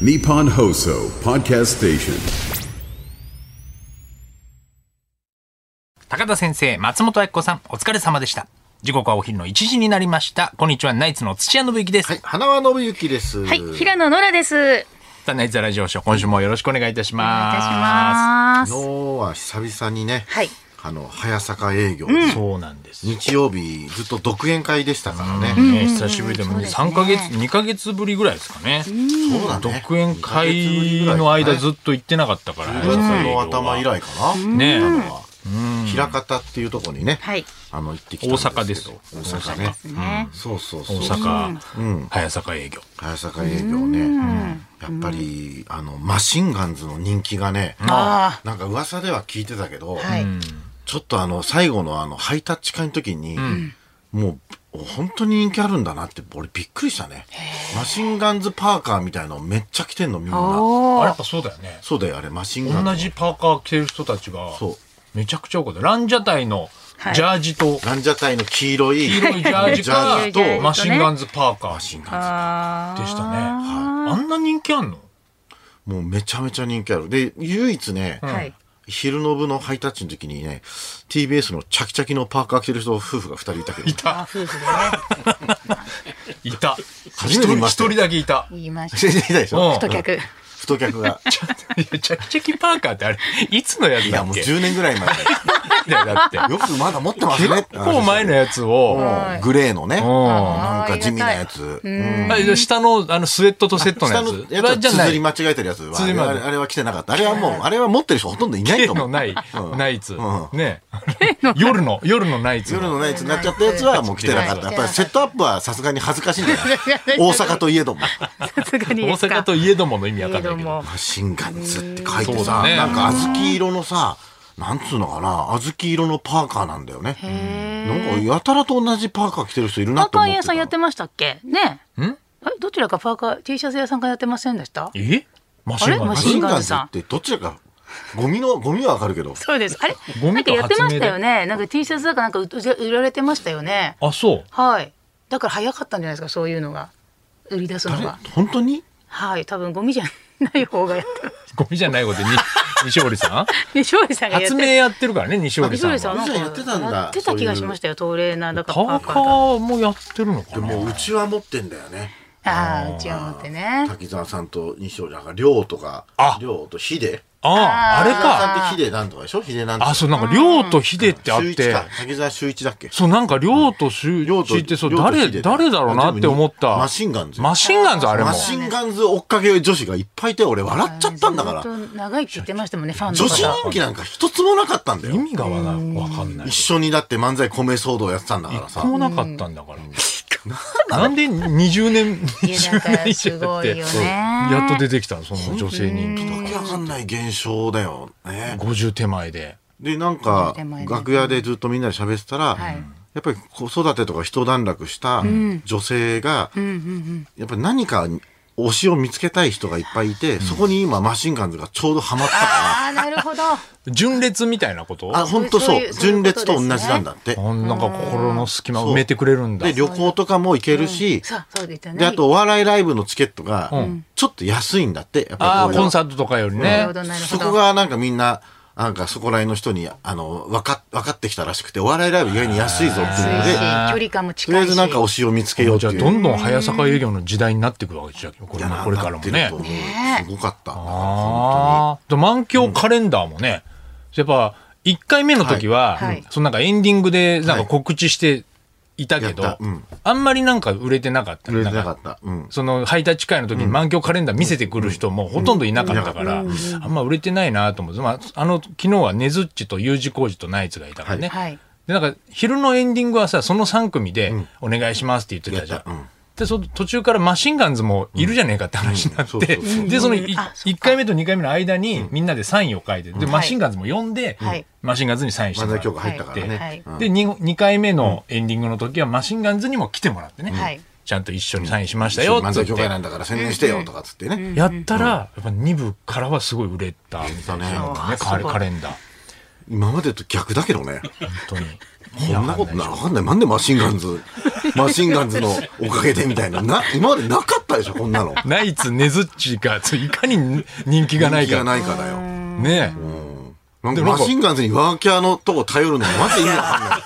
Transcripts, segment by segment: Nippon Hoso Podcast Station. 高田先生、松本明子さん、お疲れ様でした。時刻はお昼の1時になりました。こんにちは、ナイツの土屋信之です。はい、花輪信之です。はい、平野ノラです。さあ、ナイツザラジオショー、今週もよろしくお願いいたしお願いいたしまます。昨日は久々にね、はいあの早坂営業、す。そうなんです。ね、日曜日ずっと独演会でしたからね。久しぶりでもね、3ヶ月、2ヶ月ぶりぐらいですかね。そうだね。独演会の間ずっと行ってなかったから、 10月の頭以来。来かな。ねあの平方っていうところにね、はいあの行ってきたんですけど。大阪です大阪ね。ね、そうそうそう。大阪、早坂営業。早坂営業ね。やっぱり、あの、マシンガンズの人気がね、あなんか噂では聞いてたけど、はい、ちょっとあの、最後のあの、ハイタッチ会の時に、もう、本当に人気あるんだなって、俺びっくりしたね。マシンガンズパーカーみたいのめっちゃ着てんの、みんな。あおれーやっぱそうだよね。そうだよ、あれ、マシンガンズ。同じパーカー着てる人たちがそ、めちゃくちゃ多かった。ランジャタイのはいジャージと、ランジャタイの黄色い、黄色いジャージかジャージ黄色いジャージとねマシンガンズパーカマシーンガンあーでしたね。あんな人気あんのズ。もうめちゃめちゃ人気ある。で、唯一ね、はい昼の部のハイタッチの時にね、TBS のチャキチャキのパーカー着てる人、夫婦が二人いたけど、いた、夫婦でね、 いた。初一めて人見一ましたよ人だけいた。言いましいたでしょうんた。太客。太客が。いや、チャキチャキパーカーってあれ、いつのやついだや、もっうけ10年ぐらい前。いやだって。よくまだ持ってますねっ結て話ですよ。構前のやつを、はいグレーのね。うんなんか地味なやあつ。あじゃあ下の、あの、スウェットとセットの下やのつ。やつはじゃ綴ないり。間違えてるやつは。あ綴れりまであれは来てなかった。あれはもう、あれは持ってる人ほとんどいないと夜思のう。ない、ナイツん。ね。夜の、夜のナイツ。夜のないやつになっちゃったやつはもう来てなかった。やっぱりセットアップはさすがに恥ずかしいんじゃない大阪といえども。ーさすがに大ですか。阪といえどもの意味わかんないどけど。もマシンガンズって書いそてうださ、ねなんか小豆色のさ、なんつうのかな、小豆色のパーカーなんだよね。なんかやたらと同じパーカー着てる人いるなパーとカ思ってた。ー屋さんやってましたっけ？ね。んあれどちらかパーカー T シャツ屋さんがやってませんでした？えマシンガンあれマズマシシンンガガンンズズさんってどっちらか、ゴミの、ゴミはわかるけど、そうです。あれゴなんミかとやってましたよ発ね。なんか T シャツだかなんか売売られてましたよね。あ、そう。はい。だから早かったんじゃないですか。そういうのが売り出すの誰が。本当にはい。多分ゴミじゃない方がやってる。ゴミじゃないことに、西堀さんね勝利さんがやって発る明やってるからね、西堀さんそうは。ですパよ。なんか以前やってたんだやってた気がしましたよ。トレーナーだからパーーカカーだ。ーもやってるのかでなもうちは持ってんだよね。ああ、うちは持ってね。滝沢さんと西尾なんか亮とかあ亮とヒデああ、あれ滝沢か。さんってヒデなんとかでしょヒデなんとかあ、そう、なんか、亮と秀ってあっ秀一てか。滝沢秀一だっけそう、なんか、亮と秀亮と一って、そう、亮と秀誰、で誰だろうなって思った。マシンガンズマシンガンズ、あれもマ。シンガンズ追っかけ女子がいっぱいいて俺笑っちゃったんだからずっと長いって言ってましたもんね、ファンの女子方。人気なんか一つもなかったんだ意よ味がわなわかんない一。緒にだって漫才米騒動やってたんだから一さ個もなかったんだから。なんで20年、いやだ20から年以す上やっごいてよ、ね。やっと出てきたの、その女性人気。わけわかんない現象だよね50手前で。でなんか手前で楽屋でずっとみんなで喋ってたら、はいやっぱり子育てとか一段落した女性が、やっぱり何か推しを見つけたい人がいっぱいいて、そこに今マシンガンズがちょうどハマったかああ、なるほど。 純烈みたいなことら、あ、本当そうそいうう、そういう純ことです烈とね同じなんだって。あなんか心の隙間を埋めてくれるんだで、。旅行とかも行けるし、そう、そうでしたね。で、あとお笑いライブのチケットが、ちょっと安いんだって、やあっぱあ、りこうコンサートとかよりなねるほ。ど、なるほそど。こがなんかみんな、なんかそこら辺の人に、あの、分か、分かってきたらしくて、お笑いライブ意外に安いぞって安いうのいし、距で、離感とりあも近えいずし。なんか推しを見つけようってじゃいあ、う。どんどん早坂営業の時代になっていくわけじゃん。これいやこれからもねなってると。思うすごかった。本ああ。と、満響カレンダーもね。やっぱ、1回目の時ははいはい、そのなんかエンディングでなんか告知していたけどはいやったうん、あんまりなんか売れてなかった。当に。売れてなかった。うん。そのハイタッチ会の時に満響カレンダー見せてくる人もほとんどいなかったから、あんま売れてないなと思って、まあ、あの、昨日はネズッチと U 字工事とナイツがいたからね。はい。で、なんか、昼のエンディングはさ、その3組で、お願いしますって言ってたじゃん。うんで、その途中からマシンガンズもいるじゃねえかって話になっうんて、そうそうで、そのいあそっ1か回目と2回目の間にみんなでサインを書いて、で、マシンガンズも呼んで、はいマシンガンズにサインして漫もら才って協会入ったからはねい。うんで 2, 2回目のエンディングの時はマシンガンズにも来てもらってね、はいちゃんと一緒にサインしましたよっ漫つっ才て協会なんだから宣伝してよとかっつってね。やったら、やっぱ2部からはすごい売れたみたいなのがね、そうカレカレンダー。今までと逆だけどね。本当に。こんなことな、わかんない。なんでマシンガンズ、マシンガンズのおかげでみたいな。な、今までなかったでしょ、こんなの。ナイツ、ネズッチが、いかに人気がない気がか。ないからよ。ねなんでかもなんかマシンガンズにワーキャーのとこ頼るのマジで意味わかんない。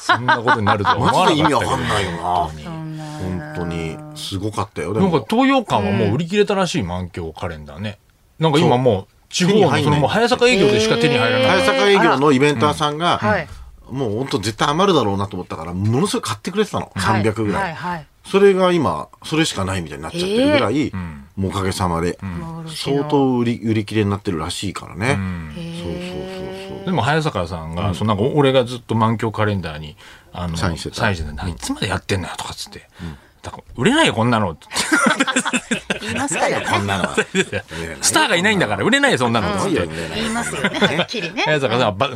そんなことになるとは思 マわジで意な味かわったよかんねないよな。本当に、すごかったよ。でなんかも、東洋館はもう売り切れたらしい満響カレンダーね。なんか今もう地方手にの入んないそのもう早坂営業でしか手に入らない。早坂営業のイベンターさんがあらはい、もう本当絶対余るだろうなと思ったから、ものすごい買ってくれてたの。はい300ぐらはいい。はいそれが今、それしかないみたいになっちゃってるぐらい、もうおかげさまで、相当売り売り切れになってるらしいからね。そうそうそうそう。でも早坂さんが、そのなんか俺がずっと満響カレンダーにあのサインしてたサインしてたいつまでやってんのよとかっつって。だから売れないよこんなのって言います からねこんな のは。言ってたよスターがいないんだから売れないよそんなのっつすごっいよてね。言いますよねはっきりね早坂さんはば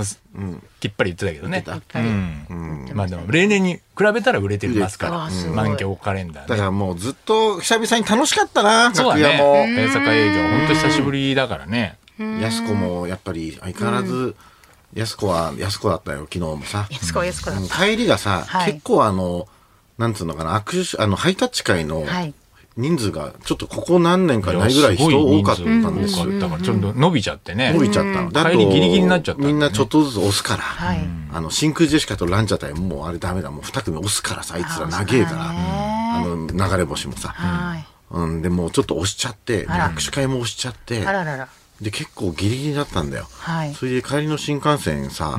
きっぱり言ってたけどね言ってたうんまあでも例年に比べたら売れてますか売れてらるうん満響カレンダーだねからもうずっと久々に楽しかったな、そうだね楽屋も。早坂営業本当久しぶりだからねやす子もやっぱり相変わらず、やす子はやす子だったよ、昨日もさ。安子は安子だっ帰りがさ、はい結構あの、なんつうのかな、握手し、あの、ハイタッチ会のはい人数が、ちょっとここ何年かにないぐらい人多かったんです多よ。かったからちょっと伸びちゃってね伸びちゃったの。だ帰りギリギリになっちゃったんだみよねんなちょっとずつ押すから。いあの、真空ジェシカとランジャタイももうあれダメだ、もう二組押すからさ、あいつら長えから。あの、流れ星もさ。たはいうん、でもうちょっと押しちゃって、でら握手会も押しちゃって、あらららで、結構ギリギリだったんだよ。はいそれで帰りの新幹線さ、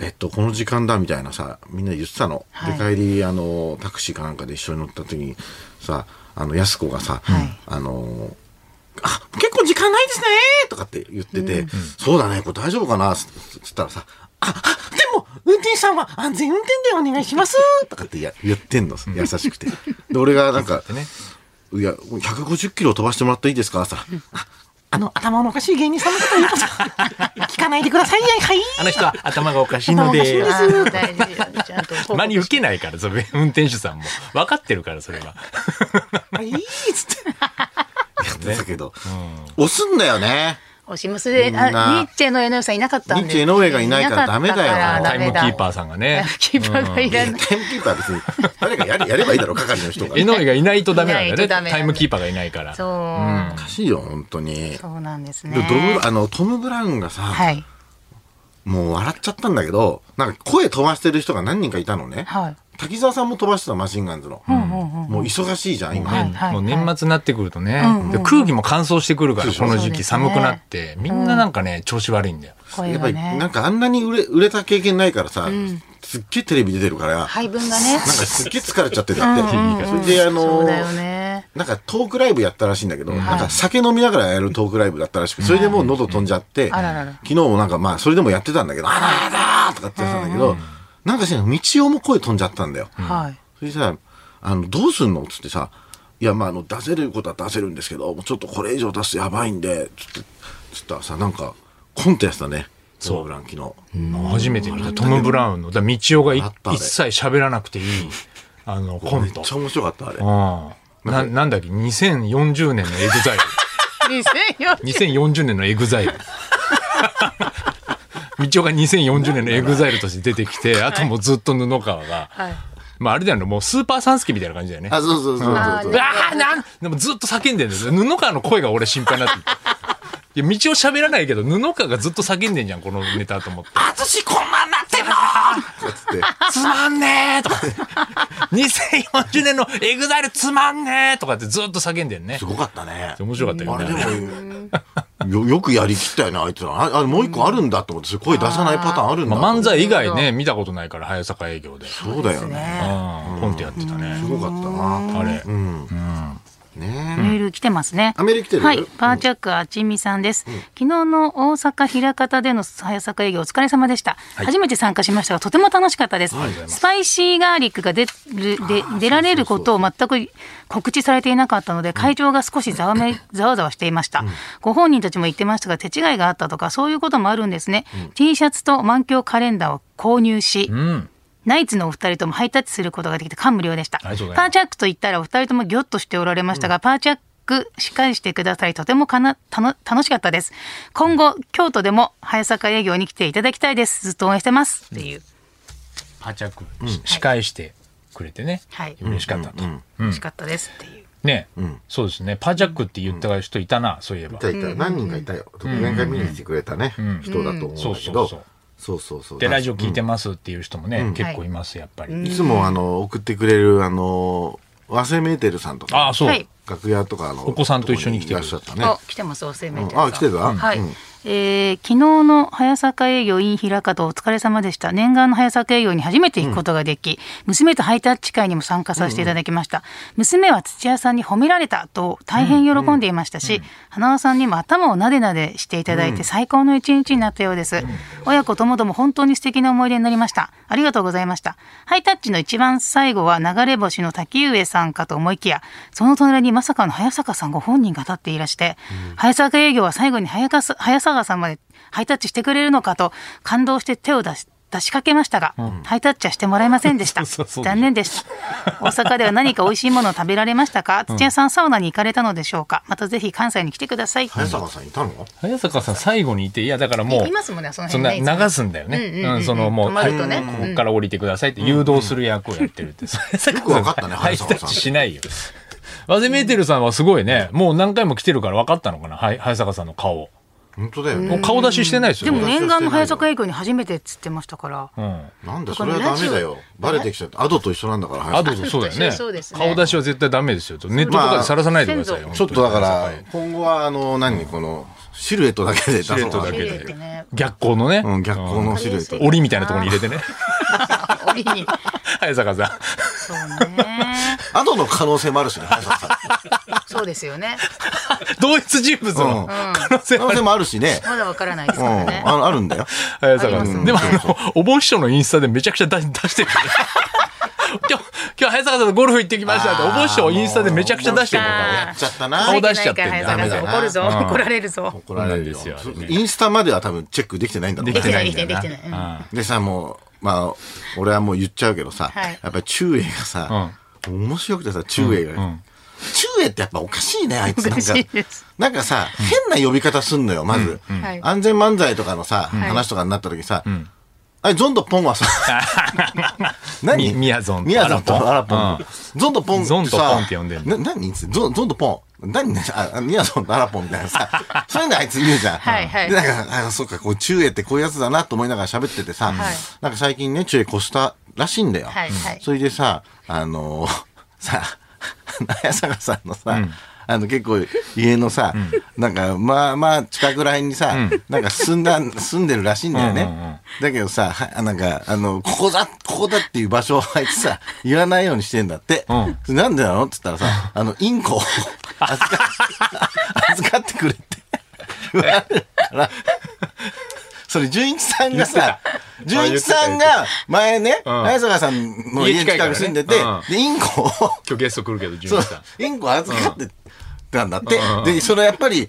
えっと、この時間だみたいなさ、みんな言ってたの。はで、帰り、あの、タクシーかなんかで一緒に乗った時にさ、あの、安子がさ、はいあの、あ、結構時間ないですねとかって言ってて、そうだね、これ大丈夫かなつつったらさ、あ、あでも、運転手さんは安全運転でお願いしますとかってや言ってんの、優しくて。で、俺がなんか、いや、150キロ飛ばしてもらっていいですかさ、ああの、頭のおかしい芸人さんのこと言うこと聞かないでください。はい。あの人は頭がおかしいのあでー大事よちゃんと報告間に受けないからそれ運転手さんも分かってるからそれははい、いいっつって。やってたけど、押すんだよね。おしむすで、みんなあ、ニッチェの江上さんいなかったんで。ニッチェ江上がいないからダメだよタイムキーパー。ーさんがタイねムキーパーがいらない。タイムキーパー別に、誰かやれやればいいだろう、係の人が。江上がいないとダメなんだよいないねとダメなんだタイムキーパーがいないからそう、おかしいよ、本当に。そうなんですでね。ドブあのトム・ブラウンがさ、はい。もう笑っちゃったんだけど、なんか声飛ばしてる人が何人かいたのね。はい滝沢さんも飛ばしてたマシンガンズの。もう忙しいじゃん、今。はいはいもう年末になってくるとね、で空気も乾燥してくるから、そうでこしょの時そう期ですね寒くなって、みんななんかね、調子悪いんだよ。声やっぱがりなねん。かあんなに売れ売れた経験ないからさ、すっげえテレビ出てるから、配分がね。なんかすっげえ疲れちゃってたって。それであそのうだよね。なんかトークライブやったらしいんだけど、なんか酒飲みながらやるトークライブだったらしく、それでもう喉飛んじゃって、あららら昨日もなんかまあそれでもやってたんだけど、あらあらーとかってやってたんだけど、なんかしら、道夫も声飛んじゃったんだよ。はい。それでさ、あの、どうすんのっつってさ、いや、まあ、あの、出せることは出せるんですけど、もうちょっとこれ以上出すとやばいんで、つって、つったらさ、なんか、コントやってたね。そうそう、ブラン昨日。初めて見た、トム・ブラウンの、だ道夫がいあったね一切喋らなくていい、あの、コめンっト。ちゃ面白かった、あれ。うん。な、なんだっけ、2040年のエグザイル。 2004 2040年のエグザイル。道夫が2040年のエグザイルとして出てきて、あともうずっと布川が、はい。まああれだよね、もうスーパーサンスケみたいな感じだよね。あ、そうそうそうそうそう。ああなんでもずっと叫んでるんですよ。布川の声が俺心配になってる。いや、道を喋らないけど、布川がずっと叫んでんじゃん、このネタと思って。あずしこんなんなってんのつって。つまんねえとかって。2040年のエグザイルつまんねえとかってずっと叫んでんねす。ごかったね。面白かったよあれね。でも、よ、よくやりきったよね、あいつら。あ、あもう一個あるんだと思って、すごい出さないパターンあるんだ。まあ漫才以外ね、見たことないから、早坂営業で。そうだよね。ねうん、コントやってたねす。ごかったな。あれ。ねメール来てますね。あメール来てるはい。パーチャックあちみさんです。昨日の大阪枚方での早坂営業お疲れ様でした。初めて参加しましたが、とても楽しかったです。スパイシーガーリックが出る、で、出られることを全く告知されていなかったので、会場が少しざ わめ、ざわざわしていました。ご本人たちも言ってましたが、手違いがあったとか、そういうこともあるんですね。T シャツと満響カレンダーを購入し、ナイツのお二人ともハイタッチすることができて感無量でした。パりがとうございますーチャックと言ったらお二人ともギョッとしておられましたが、パーチャックしっかりしてください。とてもかなたの楽しかったです。今後、京都でも早坂営業に来ていただきたいです。ずっと応援してます。っていう。パチャク、司会してくれてね、はい嬉しかったと。美味しかったですっていう。ね、そうですね。パジャックって言った人いたな、そういえばい。たいた、何人かいたよ。何回見に来てくれたね、人だと思うんだけうんそうそうどそう。そうそうそう。で、ラジオ聞いてますっていう人もね、結構います、やっぱり。いつもあの、送ってくれる、あの、和製メーテルさんとああ、か、そう。はい楽屋とかあの、お子さんと一緒に来ていくられっるしゃったね。あ、来てます、お生命うんあ来てたはい。うんえー昨日の早坂営業 in 平方お疲れ様でした。念願の早坂営業に初めて行くことができ、娘とハイタッチ会にも参加させていただきました。娘は土屋さんに褒められたと大変喜んでいましたし、花輪さんにも頭をなでなでしていただいて最高の一日になったようです。親子ともども本当に素敵な思い出になりました。ありがとうございました。ハイタッチの一番最後は流れ星の滝上さんかと思いきや、その隣にまさかの早坂さんご本人が立っていらして、早坂営業は最後に早かす早坂さんまでハイタッチしてくれるのかと感動して手を出し出しかけましたが、ハイタッチはしてもらえませんでし た。そうそうそう残念でした。大阪では何か美味しいものを食べられましたか土屋さんサウナに行かれたのでしょうかまたぜひ関西に来てください。早坂さんいたの早坂さん最後にいて、いや、だからもう、いますもんねそのそん辺なねいつも流すんだよね。うん、そのもう、止まるとねはいここから降りてくださいって誘導する役をやってるって。早坂よくわかったねハイ早タ坂さんッチしないよ。ワゼメーテルさんはすごいね、もう何回も来てるから分かったのかな、はい早坂さんの顔。本当だよもうね。顔出ししてないですでよ。も念願の早坂営業に初めてっつってましたから。うん。なんだ、それはダメだよ。バレてきちゃった。アドと一緒なんだから、ア早ド坂とそうだ確かよにねそうですね顔出しは絶対ダメですよとネットとかでさらさないでくださいよ、まちょっとだか本ら当に、今後は、あの、何、この、シルエットだけで出そうシルエットだけで綺麗でね。逆光のね、うん、逆光のシルエットで。檻みたいなところに入れてね折に。 早坂さん そうね。アドの可能性もあるしね、早坂さん。そうですよね。同一人物うのん可能性可能性もあるしね。まだわからないですうん、からね。ああるんだよ。早坂ありますさねんでもあのお盆師匠のインスタでめちゃくちゃ出出してる今日今日早坂さんとゴルフ行ってきましたってお盆師匠インスタでめちゃくちゃ出してるのもう顔やっちゃったな。顔出しちゃってんだ入ってないから早坂さん怒るぞ。ダメだな怒られるぞ。怒られるよそうなんですよインスタまでは多分チェックできてないんだろうでねきてないできてないできてないでさ、もう、まあ、俺はもう言っちゃうけどさ、はいやっぱり中英がさ、面白くてさ、中英が。中英ってやっぱおかしいね、あいつなんおかかしいです。なんかさ、変な呼び方すんのよ、まず。はい安全漫才とかのさ、い話とかになった時さ、あれ、ゾンとポン はさ、何みみやぞんとみやぞんとああららぽぽんん。ゾンとポンゾンとさポンって呼んでんな何ゾンゾンとポン。何あ、あみやぞんとあらぽんみたいなさ。 そういうのあいつ言うじゃん。はいはいで、なんか、あそうか、こう、中英ってこういうやつだなと思いながら喋っててさ、はいなんか最近ね、中英越したらしいんだよ。はいはいそれでさ、あのーさ、 早坂さんのさ、あの結構家のさ、なんかまあまあ近くらへんにさ、なんか住んだ住んでるらしいんだよね、うんうんうんだけどさはなんかあのここだここだっていう場所をあいつさ 言わないようにしてんだって、うんそれなんでなのって言ったらさあのインコを 預か預かってくれって言われるからそれ純一さんがさ純一さんが前ねうん早坂さんの家家近いからね近く住んでて、うんでインコを今日ゲスト来るけど純そう一さんインコ預かってたんだって、でそれやっぱり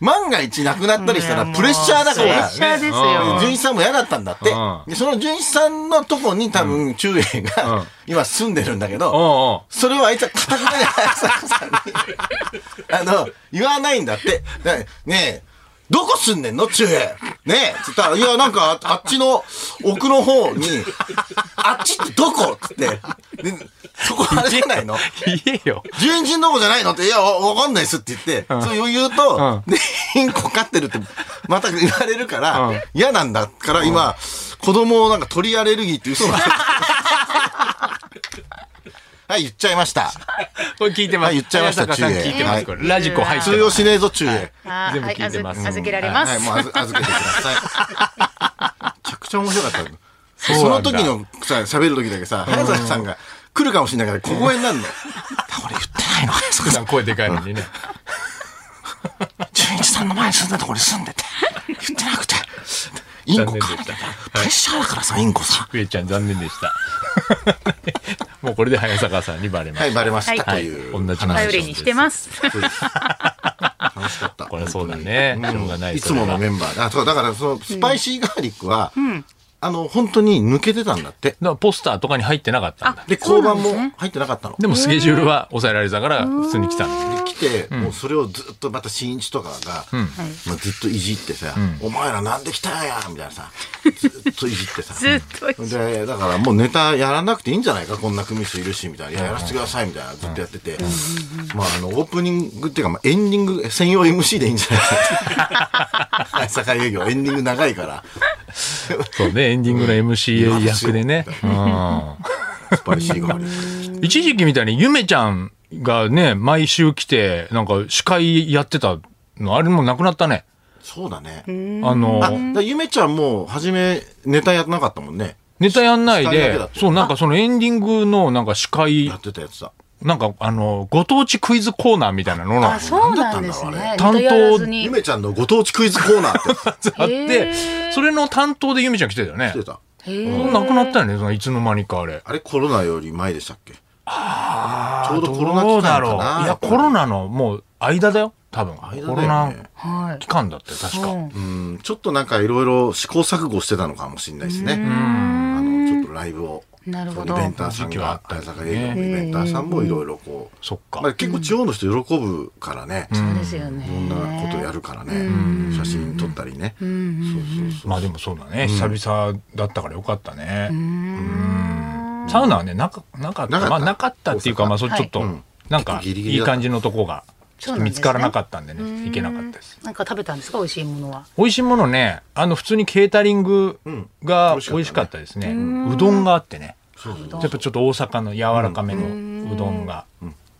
万が一なくなったりしたらプレッシャーだかプレッらシャーですよ。ね純一さんも嫌だったんだって、うんでその純一さんのとこに多分中英うんが今住んでるんだけど、おうおうそれをあいつは固くなに早坂さんにあの言わないんだってだからねえどこ住んでんの中英ねえつったら「いやなんかああっちの奥の方にあっちってどこ?」っつってでそこあれじゃないの言えよ純人どこじゃないのって、いや、わわかんないっすって言って、そう余裕うと、で、インコ飼ってるって、また言われるから、うん嫌なんだから、今、子供をなんか鳥アレルギーって 嘘が。はい、言っちゃいました。これ聞いてますはい言っちゃいました早坂さん中英聞いてますこれラジコ入ってます通用しねえぞ、中へ。あー全部聞いてますはい預預けられまはい、す。もう預預けてください。めちゃくちゃ面白かった。うそなんのだ時のさ、喋る時だけさ、早坂さんが来るかもしれないから、小声に なるの。俺言ってない の、早坂普さん段。声でかいのにね純一さんの前に住んだところに住んでて、言ってなくて。インコ飼わなきゃいけないプレッシャーだからさ、インコさ。クエちゃん残念でした もうこれで早坂さんにバレまはす、い、バレましたとはいいう。同じ頼りにしてます。楽しかった。これそうだね本当にしょうがないうんいつものメンバーで。あ、そう、だから、その、スパイシーガーリックは、あの、本当に抜けてたんだって。だからポスターとかに入ってなかったんだで、そう交な番んですもね入ってなかったの。でもスケジュールは抑えられてたから普通に来たんだで来て、もうそれをずっとまた新一とかが、まあ、ずっといじってさ、お前らなんで来たんやみたいなさ、ずっっといじってさ。ずっといじってで、だからもうネタやらなくていいんじゃないか、こんな組数いるし、みたいな。やらせてください、みたいな。ずっとやってて。まあ、あの、オープニングっていうか、まあ、エンディング、専用 MC でいいんじゃないか。酒井営業、エンディング長いから。そうね、エンディングの MC 役でね。スパイシーがあり。うん一時期みたいに、ゆめちゃんがね、毎週来て、なんか司会やってたの、あれもなくなったね。そうだね。あの、あ、だからゆめちゃんも、初め、ネタやってなかったもんね。ネタやんない司会だけだでっ、たそう、なんかそのエンディングのなんか司会や、ってたやつだ。なんかあの、ご当地クイズコーナーみたいなのがああ、そうなんです ね。担当ネタやらずにゆめちゃんのご当地クイズコーナーってやつっへーて、それの担当でゆめちゃん来てたよね知っ。てた。へえなくなったよね、そのいつの間にかあれ。あれコロナより前でしたっけちょうどコロナど期うだ間ろかう。ないや、コロナのもう間だよ、多分。間だよねコロナはい期間だったよ、確か。うんちょっとなんかいろいろ試行錯誤してたのかもしれないですね。あのちょっとライブを。なるほどイベンターさん時期はあがっ、た早よね坂営業のイベンターさんもいろいろこう。そっかまあ、結構地方の人喜ぶからね。そうですよねいろんなことやるからね。写真撮ったりね。そうそうそう。まあでもそうだね、久々だったからよかったね。うんサウナはね、なかなかった。なかったまあなかったっていうか、大阪まあそれちょっと、なんか結構ギリギリいいだった感じのとこが、ちょっと見つからなかったんでね、行けなかったです。なんか食べたんですか美味しいものは。美味しいものね、あの普通にケータリングがうん美味しかったですね。うどんがあってね。やっぱちょっと大阪の柔らかめのうどんが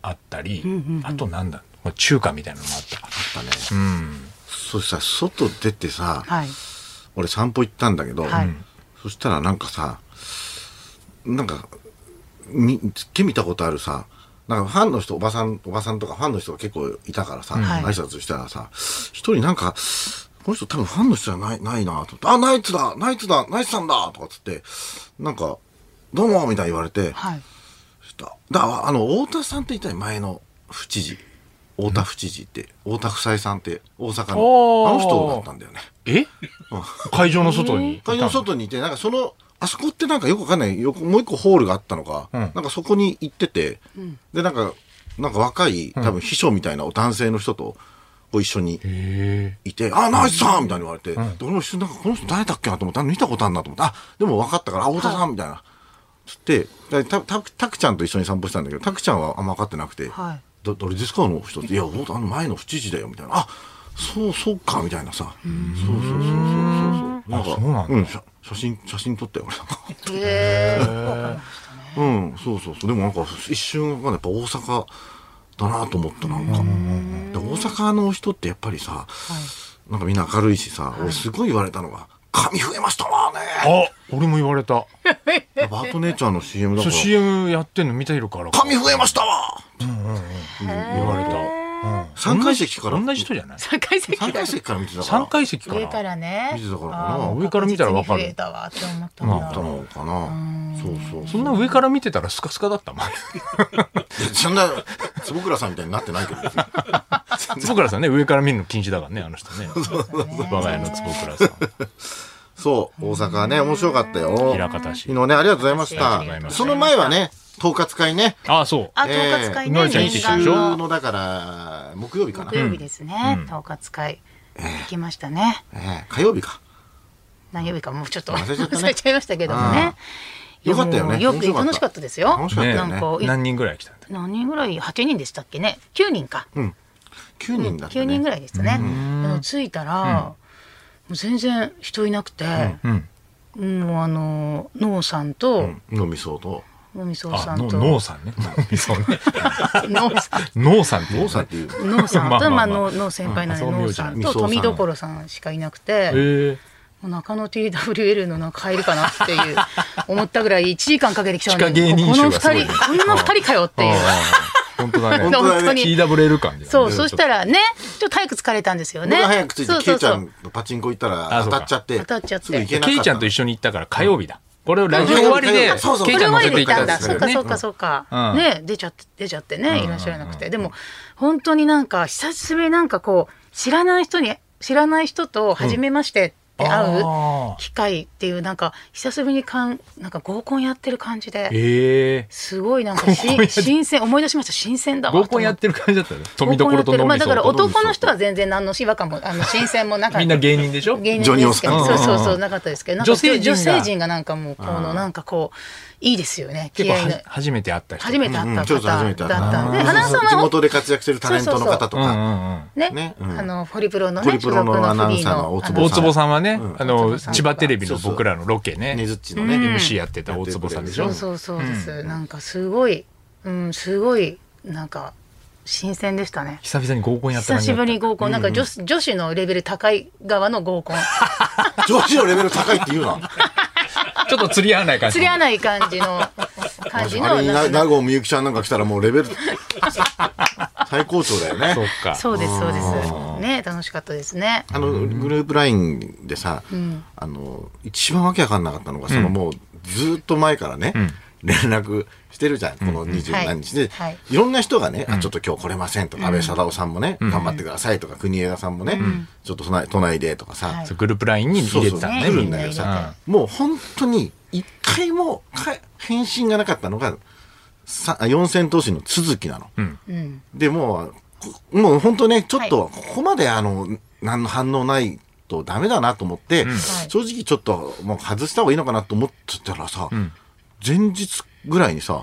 あったり、あとなんだ、まあ中華みたいなのもあった。だね。そうさ、外出てさ、はい。俺散歩行ったんだけど、はいそしたらなんかさなんかみ手見たことあるさなんかファンの人おばさんおばさんとかファンの人が結構いたからさ、はい挨拶したらさ一人なんかこの人多分ファンの人じゃないないなと思って「あナイツだナイツだナイツさんだ」とかっつってなんか「どうも」みたいに言われて、はい。だだあの太田さんって言ったよ前の府知事太田府知事って太田夫妻さんって大阪おーのあの人だったんだよね。え会場の外にいた会の場の外にいて、なんかその、あそこってなんかよくわかんない、よくもう一個ホールがあったのか、んなんかそこに行ってて、で、なんか、なんか若い、多分秘書みたいな男性の人と、ご一緒にへいて、あ、ナイスさんみたいに言われて、で俺も一瞬、なんかこの人誰だっけなと思って、あ見たことあるなと思って、あ、でも分かったから、あ、太田さんみたいな。つって、でたたたくちゃんと一緒に散歩したんだけど、たくちゃんはあんま分かってなくて、はいどどれですかあの人って、いや、太田あの前の府知事だよ、みたいな。あ、そう、そうか、みたいなさ。そうそうそうそうそうそう。なんかあそうなんだうん、写写真、写真撮ったよ、俺なんか。へえ。うん、そうそうそう。でもなんか一瞬がやっぱ大阪だなと思った、なんか。で大阪の人ってやっぱりさ、なんかみんな明るいしさ、俺すごい言われたのが、髪増えましたわーねあ、俺も言われた。バート姉ちゃんの CM だそかうら、 CM やってんの見てるから。髪増えましたわ言われた。うん三階席から、同じ人じゃない三階席三だ階。席から見てたから三、階席か増えたら。らね。見てたからかなあー上から見たらわかる確実に増えたわって思っただっなた。のかな。そうそうそんな上から見てたらスカスカだ ったもん。いやそんな、坪倉さんみたいになってないけど。坪倉さんね、上から見るの禁止だからね、あの人 ね。我が家の坪倉さん。そう、大阪はね、面白かったよ。枚方市昨日ね、ありがとうございまあしりがとうございまた。したその前はね、統括会ね。ああ、そう。あ、統括会えね。え念一緒で願しょ週のの、だから、木曜日かな。木曜日ですね。統括会。行きましたね。ええ火曜日か。何曜日かもうちょっと忘れちゃったね忘れちゃいましたけどもね。よかったよねいやもう面白よくかった楽しかったですよ。楽しかったよなねんか何人ぐらい来たんだ何人ぐらい8人でしたっけね9人か、 9人だったね。 9人ぐらいでしたね、あの着いたら、もう全然人いなくて、うんもうあのノーさんと、うん。飲みそうと。もみそうさあ、んのと脳さんね。脳さんね。ノーさん脳さんっていうのね。どうさんっていう。ノーさんと、ままあ、あまあまあノーノー先輩なんで、うんノーさんそと、うそう富所さんしかいなくて、へえ。もう中野 TWL の中入るかなっていう、思ったぐらい1時間かけてきたの地下芸人に、こ集のが2すごいね人、こんな2人かよっていう。本当だね。 本当に TWL 感じだねそう、そしたらね、ちょっと体育疲れたんですよね。僕が早く着いそて、うケそイうちそゃうんのパチンコ行ったらあ当そうたかっちゃって。当たっちゃってすぐ行けなかった。ケイちゃんと一緒に行ったから火曜日だ。これをラジオ終わりで、うんそうそうケイちゃん乗せていただいそたうんかだそうよかね。そうか、うんね出ちゃって出ちゃってねいらっしゃらなくて、でも本当になんか久しぶりになんかこう知らない人に知らない人と初めましてっで会あう機会っていうなんか久しぶりにかんなんか合コンやってる感じでええすご いなんかし合コンやって新鮮思い出しました新鮮だわ合コンやってる感じだったよね富合コンや所ってとる脳まみあ、そだからと男の人は全然何の違和感も あの新鮮もなかったみんな芸人でしょ芸ジョ人ニオでスすカけイどそうそううんうんそううなかったですけどなんか女性陣が女性陣がなんかもうこのなんかこういいですよね気結構合いのは初めて会った人初めてうん会ったちょっ方と初だめってた会んでうん花さん地は元で活躍してるタレントの方とうんうんか。うんねねうんあのホリプロのホねリプ所ロの属のアナフウンリーサーのの大あ坪の大坪さんはね、うんあの大坪さん千葉テレビそのうそう僕らのロケねねずっちのね MC やってた大坪さんでしょそうそうそうです、なんかすごいうんすごいなんか新鮮でしたね久々に合コンやった久感じしだったぶりに合コン、なんか女子女子のレベル高い側の 合コン。女子のレベル高いって言うな。ちょっと釣り合わない感じ釣り合わない感じの、感じあれのになな、んか。名護みゆきちゃんなんか来たらもうレベル、 最高潮だよねそう。かそうです、そうです。ね、楽しかったですね。あの、グループラインでさ、あの、一番わけわかんなかったのが、そのもう、ずーっと前からね、連絡してるじゃん、この二十何日で、はいはいい。ろんな人がね、あ、ちょっと今日来れませんとか、安倍貞夫さんもね、頑張ってくださいとか、国枝さんもね、ちょっと都内都内でとかさ、はいそうグループラインにそう入それてうたのねね来るんだけどみんな入れさて、もう本当に一回もか返信がなかったのがさ四千投資の続きなの。うん。でもうこもう本当ねちょっとここまであの何の反応ないとダメだなと思って、正直ちょっともう外した方がいいのかなと思ってたらさ、前日ぐらいにさ、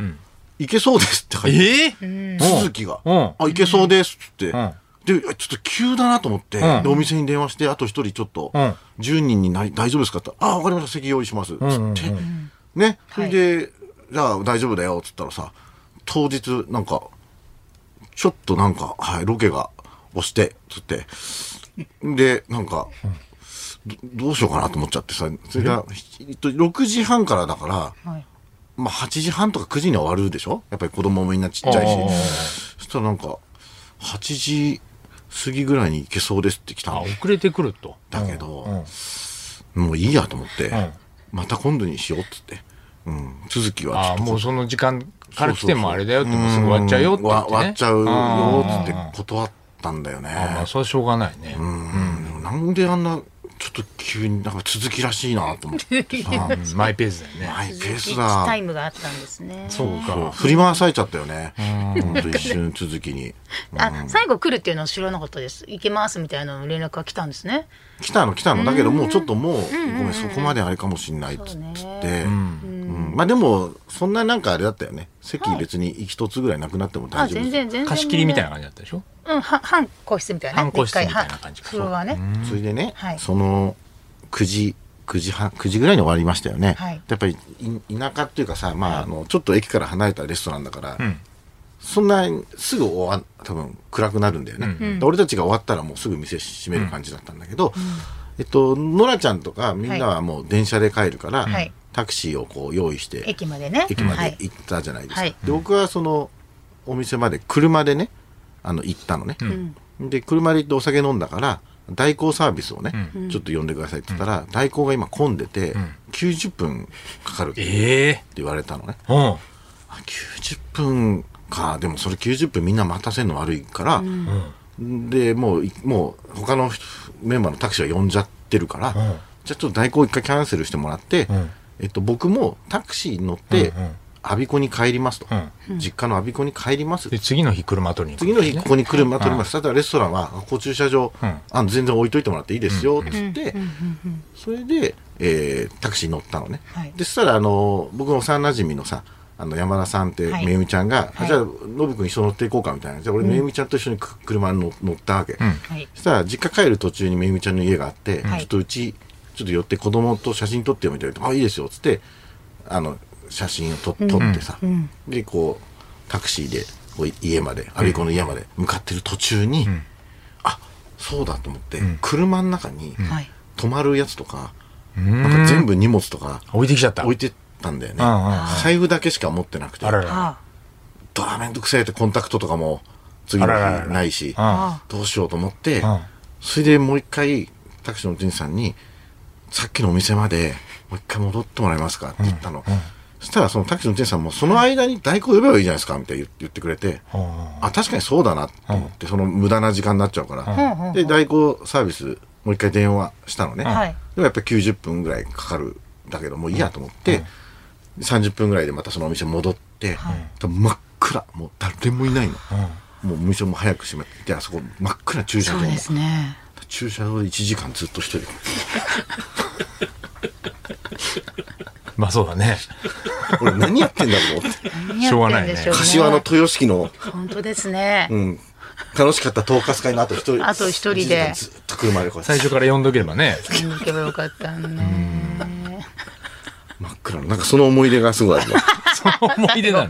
いけそうですって書いてええ続きが、うんあ、いけそうですってんで、ちょっと急だなと思って、うんでお店に電話して、あと一人ちょっと、うん10人になり大丈夫ですかって言ったら、あ、わかりました、席用意します。つって、ね、それで、じゃあ大丈夫だよ、つったらさ、当日、なんか、ちょっとなんか、はい、ロケが押して、つって、で、なんか、どどうしようかなと思っちゃってさ、それが、ひと6時半からだから、はい。まあ、8時半とか9時には終わるでしょやっぱり子供もみんなちっちゃいしああ。そしたらなんか、8時過ぎぐらいに行けそうですって来たあん遅れてくるとだけど、うんうんもういいやと思って、んまた今度にしようっつって。うん、続きはちょあっあと。もうその時間から来てもそうそあれうそうだよってもうすぐ終わっちゃうよってん言って、ね、わ終わっちゃうよっつってうん断ったんだよね。あまあそれはしょうがないね、うんでもなんであんな、ちょっと急になんか続きらしいなと思って。 うんマイペースだよねマイペー一スタだイ。ムがあったんですね。そうそうか振り回されちゃったよね。ほんと一瞬続きに。あ、最後来るっていうのは知らなかったです。行けますみたいな連絡が来たんですね。来たの来たのだけどもうちょっともうごめんそこまであれかもしんないっつそうねつってうんまあでもそんななんかあれだったよね席別に一つぐらいなくなってもあ、大丈夫全然全然。貸し切りみたいな感じだったでしょうん、は半個室みたいなね。半個室みたいな感じかでっかい半フロアね。それでねはいその9時9時半9時ぐらいに終わりましたよねはいやっぱりい田舎っていうかさまああのちょっと駅から離れたレストランだからそんなすぐ終わん多分暗くなるんだよね、で俺たちが終わったらもうすぐ店閉める感じだったんだけど、えっとノラちゃんとかみんなはもう電車で帰るから、はいタクシーをこう用意して駅までね。駅まはでい行ったじゃないですか、はいで僕はそのお店まで車でねあの行ったのね、で車で行ってお酒飲んだから代行サービスをね、ちょっと呼んでくださいって言ったら、代行が今混んでて、90分かかるってええ言われたのね、うんあ90分かでもそれ90分みんな待たせるの悪いから、でもういもう他の人メンバーのタクシーは呼んじゃってるから、じゃあちょっと代行一回キャンセルしてもらって、えっと、僕もタクシーに乗って我孫子に帰りますと、実家の我孫子に帰ります、で次の日車取りに行く次の日ここに車取ります、ただレストランはここ駐車場、んあの全然置いといてもらっていいですよって言って、それで、えータクシーに乗ったのね、はいでそしたらあの僕の幼馴染のさあの山田さんって、はいめゆみちゃんが、あはいじゃあノブ君一緒に乗っていこうかみたいなじゃあ俺、めゆみちゃんと一緒にく車に乗乗ったわけ、はい。そしたら実家帰る途中にめぐみちゃんの家があって、はいちょっとうちちょっと寄って子供と写真撮ってよみたいなあいいですよ」っつってあの写真を撮撮ってさ、でこうタクシーでこう家まで我孫子の家まで向かってる途中に、あそうだと思って、車の中にはい。泊まるやつとか,、なんか全部荷物とか置いてきちゃった置いてったんだよね、うんうんうん財布だけしか持ってなくてあららあどうめんどくせえってコンタクトとかも次のあららら日らないしあどうしようと思ってんそれでもう一回タクシーの運転手さんにさっきのお店までもう一回戻ってもらえますかって言ったの、そしたらそのタクシーの運転手さんもその間に代行呼べばいいじゃないですかみたいな言言ってくれて、あ確かにそうだなと思って、その無駄な時間になっちゃうから、で代行サービスもう一回電話したのね、はいでもやっぱり90分ぐらいかかるんだけどもういいやと思って、30分ぐらいでまたそのお店戻って、多分真っ暗もう誰もいないの、もうお店も早く閉めてあそこ真っ暗な駐車そ場うもですね。駐車場で1時間ずっと一人まあそうだね。俺何やってんだろうと思ってしょうがないね何やってんでしょ柏の豊敷の、本当ですね。うん、楽しかった統括会のあと一人あと一人で1時間ずっと車でこうやって最初から呼んどければ ね。行けばよかったね。真っ暗のなんかその思い出がすごいあるのその思い出なの。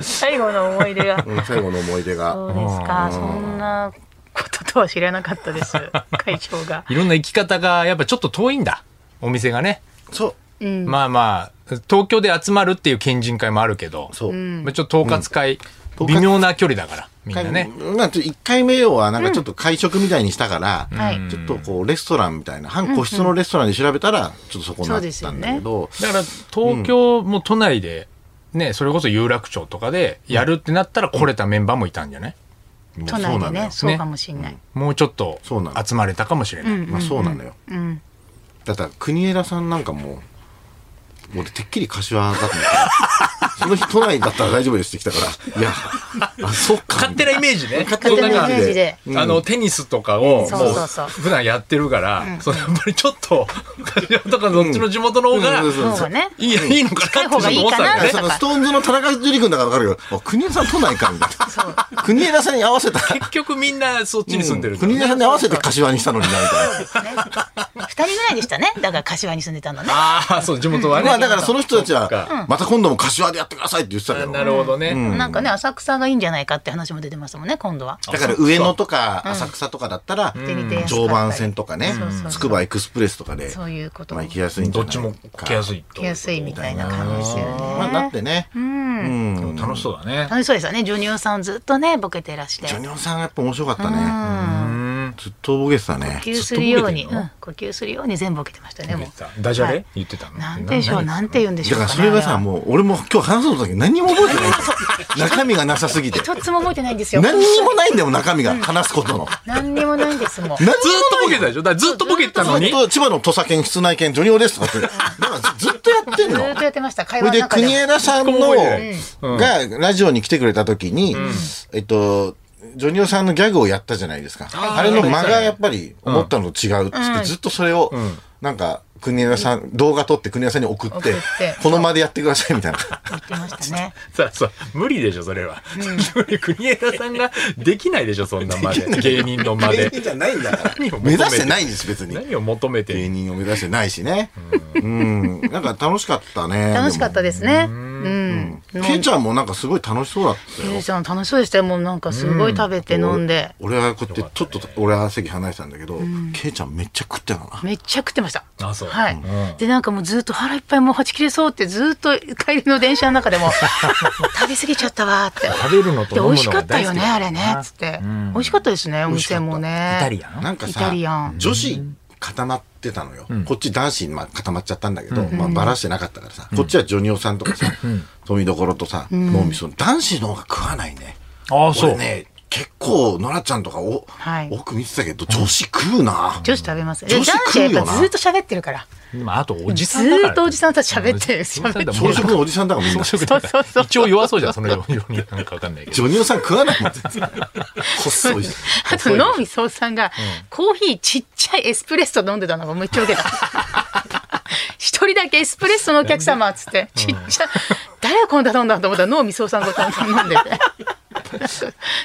最後の思い出が。うん最後の思い出がそうですか。そんなこととは知らなかった です。会長が。いろんな生き方がやっぱちょっと遠いんだ。お店がね。そうまあまあ、東京で集まるっていう県人会もあるけど、そう、まあちょっと統括会、うん微妙な距離だから、みんなね。なんて1回目はなんかちょっと会食みたいにしたから、はいちょっとこうレストランみたいな、半個室のレストランで調べたら、ちょっとそこになったんだけど、だから東京も都内で、ね、それこそ有楽町とかでやるってなったら来れたメンバーもいたんじゃないもう都そ内うなでのよね、。そうかもしれない。もうちょっとそうなの集まれたかもしれない。まあそうなのよ。だから国枝さんなんかもう、俺てっきり柏だと思った。 その日都内だったら大丈夫ですって来たから、いや、あ、そっか。勝手なイメージね。勝手なイメージで。あのテニスとかをもうそうそうそう普段やってるから、そのやっぱりちょっと 柏とかどっちの地元の方がうんうんそうそうがね。いいいいのかなってちょっと思ってたんだ近い方がよいいかそね。のストーンズの田中樹君だから分かるけど、あ国枝さん都内かみたいな。国枝さんに合わせた。結局みんなそっちに住んでると国枝さんに合わせて柏にしたのになみたいな。二人ぐらいでしたね。だから柏に住んでたのね。ああ、そう、地元はね。まあだからその人たちそっかは、また今度も柏でやってくださいって言ってたけあど。なるほどね。なんかね、浅草がいいんじゃないかって話も出てましたもんね、今度は。だから上野とか浅草とかだったら、手に手安かったり常磐線とかねそうそうそ、うつくばエクスプレスとかで、そういうことまもあ行きやすいんじどゃっないちか。も来やすいと。来やすいみたいな感じですよね。まあだってね、うん。楽しそうだね。楽しそうですよね。ジョニオさんずっとね、ボケてらしてジ。ョニオさんがやっぱ面白かったね。ずっとボケてたね呼。吸するように、ずっとボケてんうのん、呼吸するように全部受けてましたよね。もうダジャはレい言ってたのなんてでしょう、なんて言うんでしだょうかか、らね。それがあさ、はもう俺も今日話そうとき何にも覚えて ない。中身がなさすぎて。一つも覚えてないんですよ。何にもないんだよ、中身が。話すことの。何にもないんですもん。何にもずっとボケてたでしょだからずっとボケてたのずっに。と千葉の土佐県室内県ジョニオですとかって。だからずずっとやってんずの。っとやってました。会それ話ので中で国も。枝さんの、こういうがラジオに来てくれた時に、えっと、ジョニオさんのギャグをやったじゃないですか。あれの間がやっぱり思ったのと違うっつって、ずっとそれを、なんか、国枝さん、動画撮って国枝さんに送って、送ってこの間でやってくださいみ たいな。言ってましたね。さそう無理でしょそれは、 国枝さんができないでしょそんなまで芸人のまで芸人じゃないんだ から何を求めて。目指してないんです、別に。何を求め芸て人を目指してないしね。うん。なんか楽しかったね。楽しかったでですね。うん。も。ケイちゃんもなんかすごい楽しそうだったよゆうちゃん楽しそうでしたよ。もうなんかすごい食べて飲んで。俺はこうやってちょっと俺は席離れてたんだけど、ケイちゃんめっちゃ食ってたな。めっちゃ食ってました。あそうはい。うんで、なんかもうずっと腹いっぱいもうはち切れそうってずっと帰りの電車の中 でも、食べ過ぎちゃったわーって。食べるのとで、飲美む味しのかがった大よ好きね、あれね。つって。美味しかったですね、お店もね。イタリアンなんかイさタリアン女子固まってたのよ、こっち男子にまあ固まっちゃったんだけど、まあ、バラしてなかったからさ、こっちはジョニオさんとかさ、富所とさ、脳みそ男子の方が食わないねああそう俺ね結構ノラちゃんとかお、はい奥見てたけど女子食うな、女子食べます。で女男子子食うはよやなっぱずっと喋ってるから。まああとおじさんだからずっとおじさんたち喋っ てる。そう喋ってる。朝食のおじさんだからみんなジそうそうそう一応弱そうじゃんそのようになんかわかんないけ どョニオさん食わないもん全然細いしあと、能見そうさんが、コーヒーちっちゃいエスプレッソ飲んでたのがめっちゃウ ケた。一人だけエスプレッソのお客様っつって、ちっちゃい、誰がこんな頼んだと思ったら能見そうさんが頼ん でて。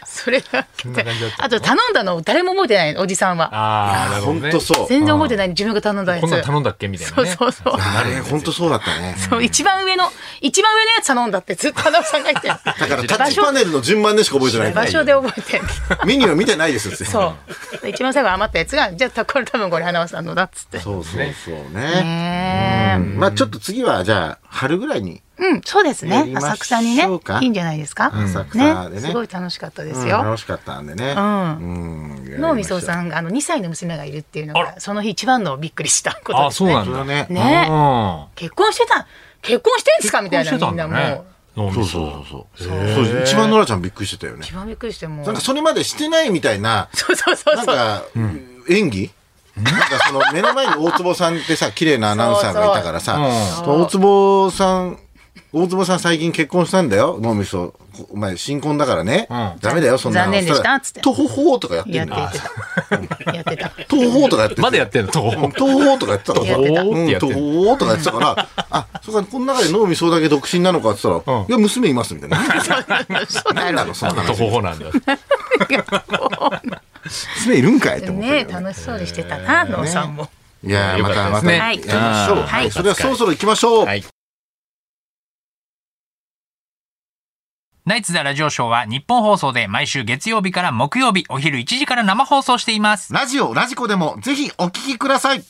それがあってんな感じだったのあと頼んだの誰も覚えてないのおじさんはあ あなるほど本ね当そう全然覚えてない自分が頼んだやつこんなん頼んだっけみたいなねそうそうそうあれ本当そうだったねそう一番上の一番上のやつ頼んだってずっと花尾さんが言っ てるだからタッチパネルの順番でしか覚えてないか場所で覚えてるらメニューは見てないですってそう一番最後余ったやつがじゃあこれ多分これ花尾さんのだっつってそうそうそうねねえまあちょっと次はじゃあ春ぐらいにうん、そうですやねり。ましょう浅草にねか、いいんじゃないですか。浅草でねすごい楽しかったでうすんよ。楽しかったんでね。うん能見そうやさんがあの2歳の娘がいるっていうのあがらその日一番のびっくりしたことあであすそうね。なんりだました。それはね。ねね結婚してた結婚してんすかみたいなみんなもうもそうそうそうそう。そう一番ノラちゃんびっくりしてたよね。一番びっくりしてもうなんかそれまでしてないみたいな、そうそうそうなんそうか演技なんかその目の前に大坪さんってさ、綺麗なアナウンサーがいたからさ、そうその大坪さん、大坪さん最近結婚したんだよ、脳みそ。お前新婚だからね。うんダメだよ、そんなの残念でしたらつってとほほーとかやってやんってだよ。た。やってた。とほほーとかやってんまだやってんのとうんとほほーとかやってたからやさっ。ておたーってうやってん、とんのほーとかやってたから、あ、そうか、この中で脳みそだけ独身なのかって言ったら、うんいや、娘いますみた いな。何なの、そなのんだとほ話。ほなんだ。娘いるんかいって思ったねけどね楽しそうでしてたな、野尾さんも。いやー、よかま、ったたでまた、すねやりましょうはいはい。それではそろそろ行きましょう。はいナイツザラジオショーは日本放送で毎週月曜日から木曜日お昼1時から生放送しています。ラジオ、ラジコでもぜひお聞きください。